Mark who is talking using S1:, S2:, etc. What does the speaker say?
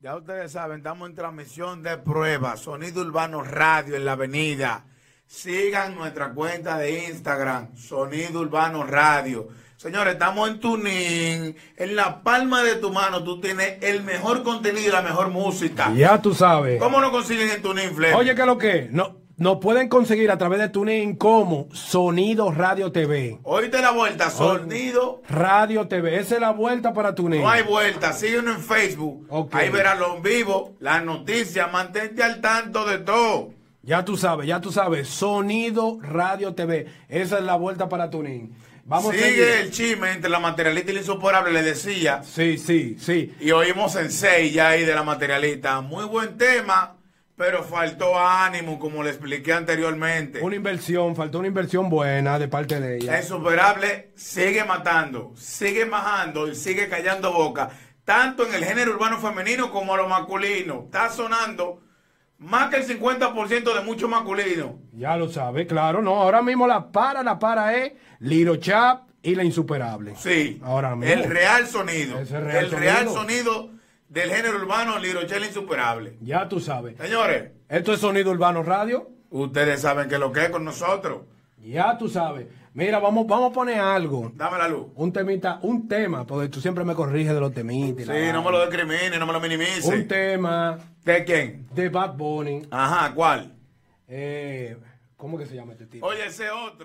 S1: Ya ustedes saben, estamos en transmisión de pruebas, Sonido Urbano Radio en la avenida. Sigan nuestra cuenta de Instagram, Sonido Urbano Radio. Señores, estamos en Tuning. En la palma de tu mano tú tienes el mejor contenido y la mejor música.
S2: Ya tú sabes.
S1: Ah. ¿Cómo nos consiguen en Tuning, Fle?
S2: Oye, ¿qué es lo que? No, nos pueden conseguir a través de TuneIn como Sonido Radio TV.
S1: Oíste la vuelta, Sonido.
S2: Radio TV. Esa es la vuelta para TuneIn.
S1: No hay vuelta, síguenos en Facebook.
S2: Ok.
S1: Ahí verás los en vivo, las noticias, mantente al tanto de todo.
S2: Ya tú sabes, ya tú sabes. Sonido Radio TV. Esa es la vuelta para TuneIn. Vamos a seguir.
S1: Sigue el chisme entre la materialista y la insuperable, le decía.
S2: Sí, sí, sí.
S1: Y oímos Sensei ya ahí de la materialista. Muy buen tema, pero faltó ánimo, como le expliqué anteriormente.
S2: Una inversión, faltó una inversión buena de parte de
S1: La
S2: ella.
S1: insuperable sigue matando, sigue majando y sigue callando boca, tanto en el género urbano femenino como a lo masculino. Está sonando más que el 50% de muchos masculinos.
S2: Ya lo sabe, claro, no. Ahora mismo la para, la para es Liro Chap y la insuperable.
S1: Sí,
S2: Ahora mismo.
S1: el real sonido.
S2: Ese real
S1: el real
S2: sonido.
S1: sonido del género urbano Lirochel Insuperable.
S2: Ya tú sabes.
S1: Señores,
S2: Esto es Sonido Urbano Radio.
S1: ustedes saben que lo que es con nosotros.
S2: Ya tú sabes. Mira, vamos, vamos a poner algo.
S1: Dame la luz.
S2: Un temita, un tema, porque tú siempre me corriges de los temitas. y la
S1: Sí, no me
S2: vaina.
S1: lo discrimine, no me lo minimice.
S2: Un tema
S1: ¿De quién?
S2: de Bad Bunny.
S1: Ajá, ¿cuál?
S2: Eh, ¿Cómo que se llama este tipo?
S1: Oye, ese otro.